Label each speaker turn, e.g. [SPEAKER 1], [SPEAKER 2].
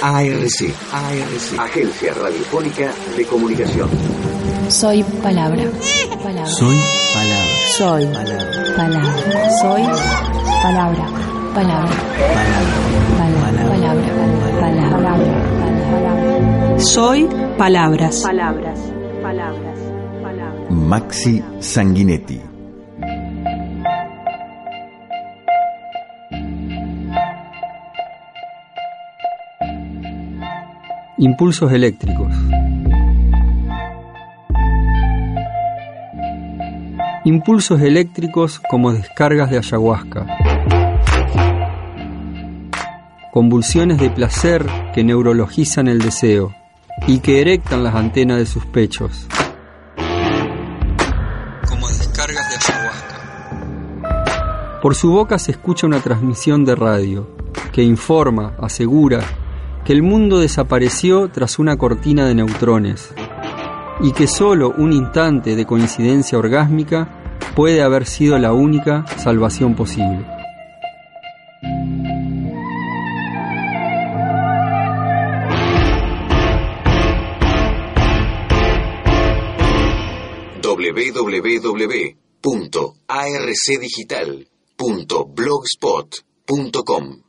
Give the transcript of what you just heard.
[SPEAKER 1] ARC, ARC, Agencia Radiofónica de Comunicación.
[SPEAKER 2] Soy palabra. Palabra.
[SPEAKER 3] Soy palabra.
[SPEAKER 2] Soy
[SPEAKER 3] Palabra.
[SPEAKER 2] palabra. Soy palabra. Palabra. Palabra. Palabra. Palabra. Palabra.
[SPEAKER 4] Soy palabras.
[SPEAKER 5] Palabras, palabras, palabras.
[SPEAKER 3] Maxi Sanguinetti.
[SPEAKER 6] Impulsos eléctricos. Impulsos eléctricos como descargas de ayahuasca. Convulsiones de placer que neurologizan el deseo y que erectan las antenas de sus pechos. Como descargas de ayahuasca. Por su boca se escucha una transmisión de radio que informa, asegura, que el mundo desapareció tras una cortina de neutrones y que solo un instante de coincidencia orgásmica puede haber sido la única salvación posible.
[SPEAKER 1] www.arcdigital.blogspot.com